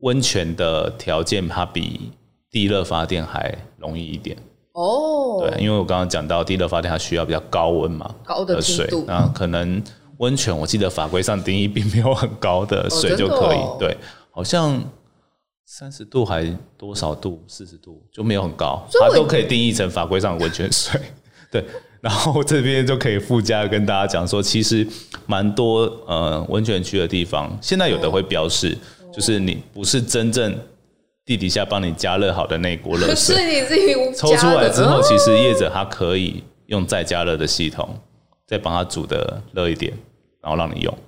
Speaker 3: 温泉的条件它比地热发电还容易一点。
Speaker 2: 哦，
Speaker 3: 对，因为我刚刚讲到地热发电它需要比较高温嘛，呃
Speaker 2: 高的
Speaker 3: 水
Speaker 2: 精度，
Speaker 3: 那可能温泉我记得法规上定义并没有很高的水就可
Speaker 2: 真
Speaker 3: 以，
Speaker 2: 的哦
Speaker 3: 对，好像三十度还多少度，四十度就没有很高，
Speaker 2: 所以
Speaker 3: 它
Speaker 2: 我
Speaker 3: 都可以定义成法规上的温泉水， 对。然后这边就可以附加跟大家讲说，其实蛮多呃温泉区的地方，现在有的会标示，就是你不是真正地底下帮你加热好的那一锅热
Speaker 2: 可
Speaker 3: 水，
Speaker 2: 是你自己
Speaker 3: 抽出来之
Speaker 2: 加的
Speaker 3: 后，
Speaker 2: 哦
Speaker 3: 其实业者他可以用再加热的系统，再帮他煮的热一点，然后让你用。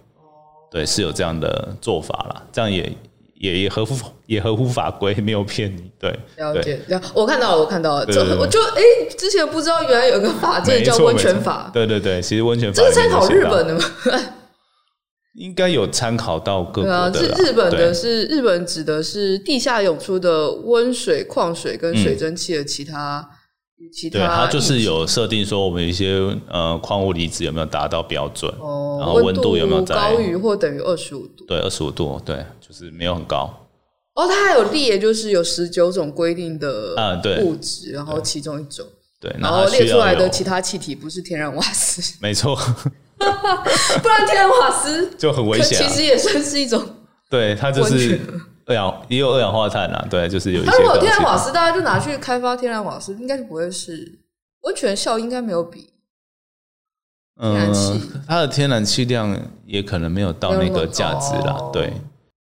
Speaker 3: 对，是有这样的做法啦，这样也也也合乎也合乎法规，没有骗你。对，
Speaker 2: 了
Speaker 3: 对
Speaker 2: 解，了我看到了，我看到了，
Speaker 3: 对
Speaker 2: 这
Speaker 3: 对对
Speaker 2: 我就哎、之前不知道原来有个法界
Speaker 3: 没
Speaker 2: 叫
Speaker 3: 错
Speaker 2: 温泉
Speaker 3: 没错
Speaker 2: 法，
Speaker 3: 对对对，其实温泉法
Speaker 2: 这是参
Speaker 3: 里面
Speaker 2: 考
Speaker 3: 就写
Speaker 2: 日
Speaker 3: 到
Speaker 2: 本，的吗？
Speaker 3: 应该有参考到各国
Speaker 2: 对
Speaker 3: 的
Speaker 2: 啊，
Speaker 3: 啦。
Speaker 2: 日日本的
Speaker 3: 对
Speaker 2: 是日本指的是地下涌出的温水、矿水跟水蒸气的其他、其他
Speaker 3: 嗯对，
Speaker 2: 液体，
Speaker 3: 它就是有设定说我们有一些呃矿物离子有没有达到标准，然
Speaker 2: 哦
Speaker 3: 后温度有没有在
Speaker 2: 高于或等于二十五度？
Speaker 3: 对，二十五度，对，就是没有很高。
Speaker 2: 哦，它还有列，就是有十九种规定的
Speaker 3: 啊对
Speaker 2: 物质，然后其中一种，
Speaker 3: 对，那
Speaker 2: 然后
Speaker 3: 它需
Speaker 2: 列出
Speaker 3: 要
Speaker 2: 来的
Speaker 3: 有，
Speaker 2: 其他气体不是天然瓦斯，
Speaker 3: 没错，
Speaker 2: 不然天然瓦斯
Speaker 3: 就很危
Speaker 2: 可
Speaker 3: 险、啊。
Speaker 2: 其实也算是一 种。
Speaker 3: 对，它就
Speaker 2: 温
Speaker 3: 是
Speaker 2: 泉
Speaker 3: 二氧也有二氧化碳啊，对，就是有一些
Speaker 2: 它如果有
Speaker 3: 这
Speaker 2: 天然
Speaker 3: 种
Speaker 2: 瓦
Speaker 3: 情
Speaker 2: 斯，大家就拿去开发天然瓦斯，应该是不会是温泉效应，应该没有比
Speaker 3: 况
Speaker 2: 然气
Speaker 3: 嗯，它的天然气量也可能没有到那个价值啦
Speaker 2: 哦，
Speaker 3: 对，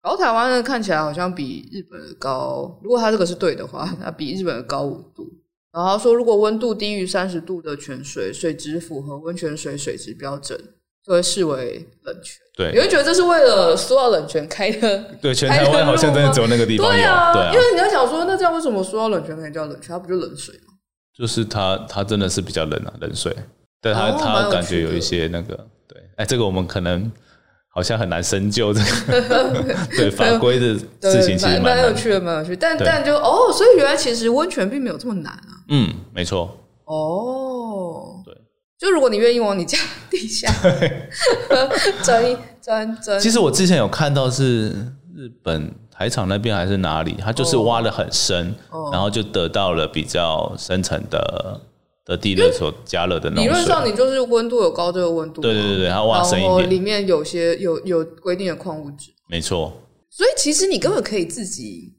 Speaker 2: 然后台湾的看起来好像比日本的高，如果它这个是对的话，它比日本的高五度。然后说，如果温度低于三十度的泉水，水质符合温泉水水质标准，就会视为冷泉。你
Speaker 3: 对，
Speaker 2: 会觉得这是为了所有冷泉开的？
Speaker 3: 对，全
Speaker 2: 还
Speaker 3: 台
Speaker 2: 有
Speaker 3: 湾好像真的只有那个地方有，
Speaker 2: 对
Speaker 3: 对
Speaker 2: 啊，
Speaker 3: 啊
Speaker 2: 因，为你要想说，那这样为什么所有冷泉可以叫冷泉？它不就冷水吗？
Speaker 3: 就是它它真的是比较冷啊，冷水，但它
Speaker 2: 哦蛮
Speaker 3: 它
Speaker 2: 有
Speaker 3: 感
Speaker 2: 趣
Speaker 3: 觉有
Speaker 2: 的
Speaker 3: 一些那个，对，哎，这个我们可能。好像很难深究这个 对法规的事
Speaker 2: 对，
Speaker 3: 情，其实
Speaker 2: 蛮
Speaker 3: 蛮
Speaker 2: 蛮有
Speaker 3: 难。
Speaker 2: 趣的，蛮有趣的。但
Speaker 3: 对
Speaker 2: 但就哦，所以原来其实温泉并没有这么难啊。
Speaker 3: 嗯，没错，
Speaker 2: 哦，
Speaker 3: 对。
Speaker 2: 就如果你愿意往你家地下钻一钻钻，
Speaker 3: 其实我之前有看到是日本海场那边还是哪里，它就是挖的很深，
Speaker 2: 哦
Speaker 3: 然后就得到了比较深层的的地热所加热的那
Speaker 2: 理
Speaker 3: 种
Speaker 2: 论
Speaker 3: 水。
Speaker 2: 上你哦就是温度有高这个温度嘛，
Speaker 3: 对对对对，它挖深
Speaker 2: 然后
Speaker 3: 一
Speaker 2: 里
Speaker 3: 点，
Speaker 2: 面有些有有规定的矿物质，
Speaker 3: 没错，
Speaker 2: 所以其实你根本可以自己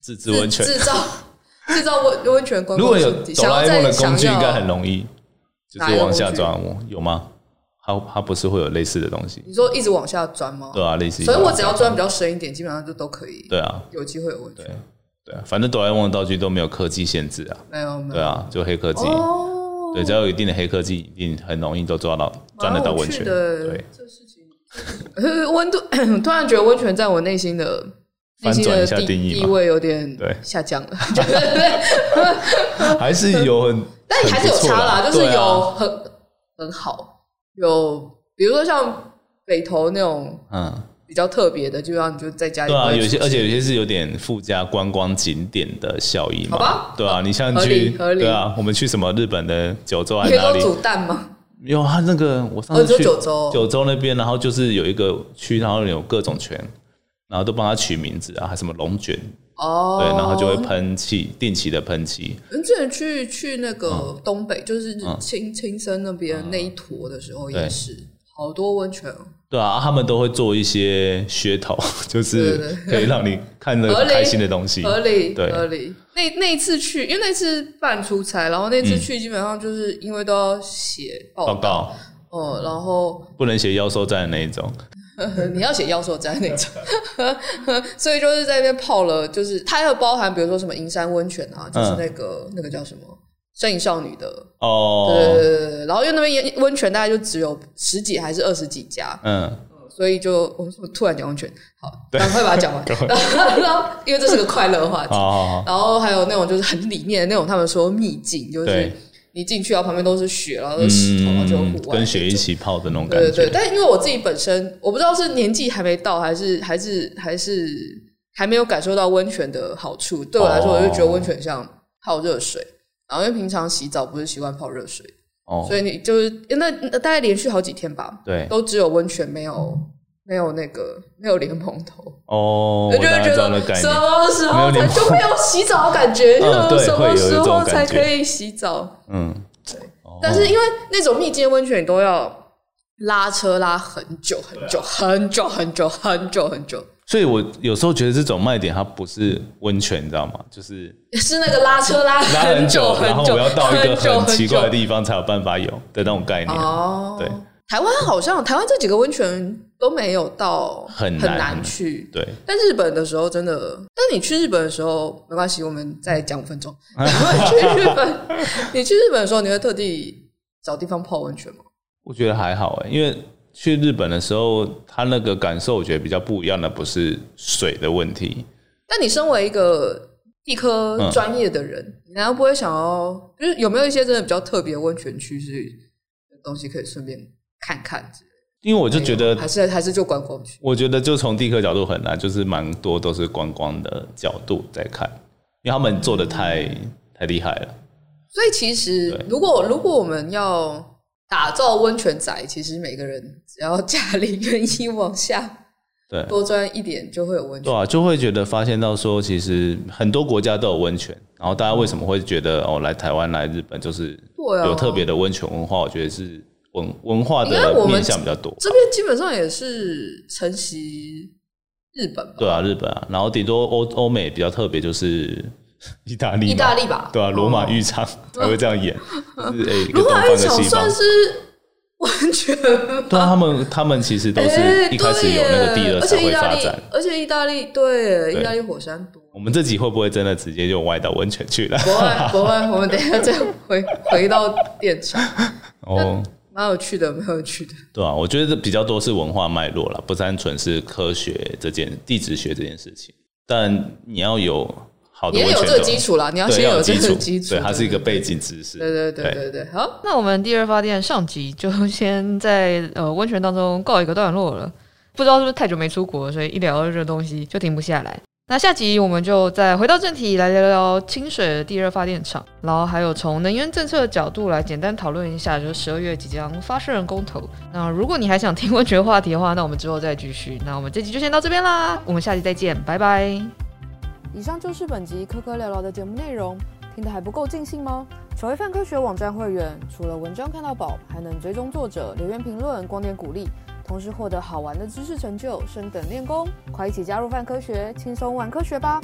Speaker 3: 自制
Speaker 2: 自
Speaker 3: 温泉。
Speaker 2: 制造制造温温泉观
Speaker 3: 如
Speaker 2: 光
Speaker 3: 果有
Speaker 2: 胜地。
Speaker 3: 哆
Speaker 2: 想要
Speaker 3: 啦 A 梦
Speaker 2: 在
Speaker 3: 的工具，应
Speaker 2: 想
Speaker 3: 该
Speaker 2: 要
Speaker 3: 很容易，就
Speaker 2: 哪一
Speaker 3: 是
Speaker 2: 个
Speaker 3: 往下
Speaker 2: 工具
Speaker 3: 钻，我有吗？它它不是会有类似的东西？
Speaker 2: 你说一直往下钻吗？
Speaker 3: 对啊，类似。
Speaker 2: 所以我只要钻比较深一点，基本上就都可以
Speaker 3: 对啊，
Speaker 2: 有机会有温泉
Speaker 3: 对。对啊，反正哆啦 A 梦的道具都没有科技限制啊，
Speaker 2: 没有没有。
Speaker 3: 对啊，就黑科技。
Speaker 2: 哦，
Speaker 3: 对，只要有一定的黑科技，一定很容易都抓到钻得到温
Speaker 2: 蛮有
Speaker 3: 泉。
Speaker 2: 趣的
Speaker 3: 对，
Speaker 2: 这事情。呃温度 突然觉得温泉在我内心的内
Speaker 3: 翻
Speaker 2: 心
Speaker 3: 转
Speaker 2: 的
Speaker 3: 一下
Speaker 2: 地
Speaker 3: 定义
Speaker 2: 地
Speaker 3: 嘛
Speaker 2: 位有点
Speaker 3: 对
Speaker 2: 下降了，
Speaker 3: 还是有很，
Speaker 2: 但还是有差啦，
Speaker 3: 很
Speaker 2: 就
Speaker 3: 不
Speaker 2: 是
Speaker 3: 错啦啊
Speaker 2: 有很、很好，有比如说像北投那种
Speaker 3: 嗯，
Speaker 2: 比较特别的，就让你就在家里
Speaker 3: 对啊，
Speaker 2: 会
Speaker 3: 有些
Speaker 2: 出
Speaker 3: 而且有些是有点附加观光景点的效益
Speaker 2: 好
Speaker 3: 嘛，
Speaker 2: 吧
Speaker 3: 对啊，你像
Speaker 2: 合理
Speaker 3: 去
Speaker 2: 合理
Speaker 3: 对啊，我们去什么日本的九州还
Speaker 2: 你
Speaker 3: 是
Speaker 2: 可以
Speaker 3: 哪
Speaker 2: 说
Speaker 3: 里？
Speaker 2: 煮蛋吗？
Speaker 3: 有啊，那个我上
Speaker 2: 哦你说
Speaker 3: 次去
Speaker 2: 九州
Speaker 3: 九州那边，然后就是有一个区，然后有各种泉，然后都帮它取名字啊，还什么龙卷，
Speaker 2: 哦，
Speaker 3: 对，然后就会喷气，定期的喷气，
Speaker 2: 你之前去去那个
Speaker 3: 嗯
Speaker 2: 东北，就是青青森那边那一坨的时候，也
Speaker 3: 对
Speaker 2: 是好多温泉哦。
Speaker 3: 对啊，他们都会做一些噱头， 就
Speaker 2: 对对
Speaker 3: 是可以让你看那
Speaker 2: 合
Speaker 3: 个
Speaker 2: 理
Speaker 3: 开心的东西。
Speaker 2: 合理，
Speaker 3: 对
Speaker 2: 合理。那那一次去，因为那次办出差，然后那次去基本上就是因为都要写报
Speaker 3: 嗯报
Speaker 2: 告，
Speaker 3: 告
Speaker 2: 哦、然后
Speaker 3: 不能写妖兽战的那一种，
Speaker 2: 你要写妖兽在那种， 所以就是在那边泡了，就是它要包含比如说什么银山温泉啊，就是
Speaker 3: 嗯
Speaker 2: 那个、那个叫什么《身影少女》的，对对
Speaker 3: 哦，
Speaker 2: 对对对。然后因为那边温泉大概就只有十几还是二十几家，
Speaker 3: 嗯，
Speaker 2: 所以就我我突然讲温泉，好，赶快把它讲 完，然后因为这是个快乐的话题。
Speaker 3: 好好好，
Speaker 2: 然后还有那种就是很里面的那种，他们说秘境，就是
Speaker 3: 对
Speaker 2: 你进去然后旁边都是雪，然 后都是石头，然后就有
Speaker 3: 嗯
Speaker 2: 户，外，
Speaker 3: 跟雪一。起泡的那种感
Speaker 2: 对对对，，
Speaker 3: 觉
Speaker 2: 但因为我自己本身我不知道是年纪还没到，还是还是还是还没有感受到温泉的好处。对我来说，
Speaker 3: 哦
Speaker 2: 我就觉得温泉像泡热水。然后因为平常洗澡不是习惯泡热水，
Speaker 3: 哦，
Speaker 2: 所以你就是那那大概连续好几天吧，
Speaker 3: 对，
Speaker 2: 都只有温泉，没有没有那个没有莲蓬头，
Speaker 3: 哦，
Speaker 2: 我
Speaker 3: 我
Speaker 2: 就
Speaker 3: 大
Speaker 2: 会
Speaker 3: 概
Speaker 2: 觉
Speaker 3: 知道那
Speaker 2: 得
Speaker 3: 个概
Speaker 2: 什
Speaker 3: 念。
Speaker 2: 么时
Speaker 3: 没
Speaker 2: 候
Speaker 3: 有
Speaker 2: 才
Speaker 3: 莲蓬
Speaker 2: 就没有洗澡的感觉，
Speaker 3: 嗯
Speaker 2: 就
Speaker 3: 对
Speaker 2: 是什么
Speaker 3: 会有一
Speaker 2: 时
Speaker 3: 种
Speaker 2: 候
Speaker 3: 感觉
Speaker 2: 才可以洗澡？
Speaker 3: 嗯，哦
Speaker 2: 但是因为那种密接温泉，你都要拉车拉很久很久很久很久很久很久，
Speaker 3: 所以我有时候觉得这种卖点它不是温泉，你知道吗？就是
Speaker 2: 是那个拉车拉
Speaker 3: 拉
Speaker 2: 很久 很久，
Speaker 3: 然后我要到一个
Speaker 2: 很久
Speaker 3: 很奇怪的
Speaker 2: 很久
Speaker 3: 地方才有办法有的那种概念。
Speaker 2: 哦，
Speaker 3: 对。
Speaker 2: 台湾好像台湾这几个温泉都没有到
Speaker 3: 很
Speaker 2: 很
Speaker 3: 难
Speaker 2: 难去，
Speaker 3: 对，
Speaker 2: 但日本的时候真的，但你去日本的时候没关系，我们再讲五分 钟。
Speaker 3: 哎
Speaker 2: 然后去日本，你去日本的时候，你会特地找地方泡温泉吗？
Speaker 3: 我觉得还好哎、因为去日本的时候，它那个感受我觉得比较不一样的不是水的问题，
Speaker 2: 但你身为一个地科
Speaker 3: 嗯
Speaker 2: 专业的人，你难道不会想要，就是有没有一些真的比较特别的温泉区是东西可以顺便看看之类
Speaker 3: 因为我就
Speaker 2: 的？
Speaker 3: 觉得
Speaker 2: 还是还是就观光区。
Speaker 3: 我觉得就从地科角度很难，就是蛮多都是观光的角度在看，因为他们做的太太厉害了。
Speaker 2: 所以其实
Speaker 3: 对
Speaker 2: 如果如果我们要打造温泉宅，其实每个人只要家里愿意往下
Speaker 3: 对
Speaker 2: 多钻一点，就会有温泉
Speaker 3: 对。啊，就会觉得发现到说，其实很多国家都有温泉，然后大家为什么会觉得哦，来台湾来日本就是
Speaker 2: 对啊
Speaker 3: 有特别的温泉文化？我觉得是文文化
Speaker 2: 因为我
Speaker 3: 的
Speaker 2: 们
Speaker 3: 面向比较多。
Speaker 2: 这边基本上也是承袭日本吧，
Speaker 3: 对啊，日本啊，然后顶多欧欧美比较特别就是意大利嘛，
Speaker 2: 意大利吧，哦
Speaker 3: 对啊，罗马浴场才会这样 演，就是哎，一个东
Speaker 2: 哇
Speaker 3: 方
Speaker 2: 浴
Speaker 3: 跟
Speaker 2: 场
Speaker 3: 西方
Speaker 2: 算。是温 泉吗？
Speaker 3: 对啊，他们他们其实都
Speaker 2: 哎
Speaker 3: 是一开始有那个地热
Speaker 2: 而且
Speaker 3: 才会
Speaker 2: 意大
Speaker 3: 发
Speaker 2: 利
Speaker 3: 展。，
Speaker 2: 而且意大利对，
Speaker 3: 对
Speaker 2: 意大利火山多。
Speaker 3: 我们这集会不会真的直接就歪到温泉去了？
Speaker 2: 不 会不会，我们等一下再回回到电厂，呃
Speaker 3: 哦，
Speaker 2: 蛮有趣的，蛮有趣的。
Speaker 3: 对啊，我觉得这比较多是文化脉络啦，不单纯是科学这件地质学这件事情。但你要有好的
Speaker 2: 也
Speaker 3: 温
Speaker 2: 有
Speaker 3: 泉
Speaker 2: 这个
Speaker 3: 懂
Speaker 2: 基础啦，你要
Speaker 3: 对，
Speaker 2: 先
Speaker 3: 要
Speaker 2: 有这个基
Speaker 3: 基
Speaker 2: 础，
Speaker 3: 对，它是一个背景知识。
Speaker 2: 对对对对对，好，
Speaker 4: 那我们第二发电上集就先在呃温泉当中告一个段落了。不知道是不是太久没出国了，所以一聊到这个东西就停不下来。那下集我们就再回到正题，来聊聊清水的地热发电厂，然后还有从能源政策的角度来简单讨论一下，就是十二月即将发生的公投。那如果你还想听温泉话题的话，那我们之后再继续。那我们这集就先到这边啦，我们下集再见，拜拜。
Speaker 5: 以上就是本集科科聊聊的节目内容，听得还不够尽兴吗？成为泛科学网站会员，除了文章看到宝，还能追踪作者、留言评论、光点鼓励，同时获得好玩的知识成就、升等练功。快一起加入泛科学，轻松玩科学吧！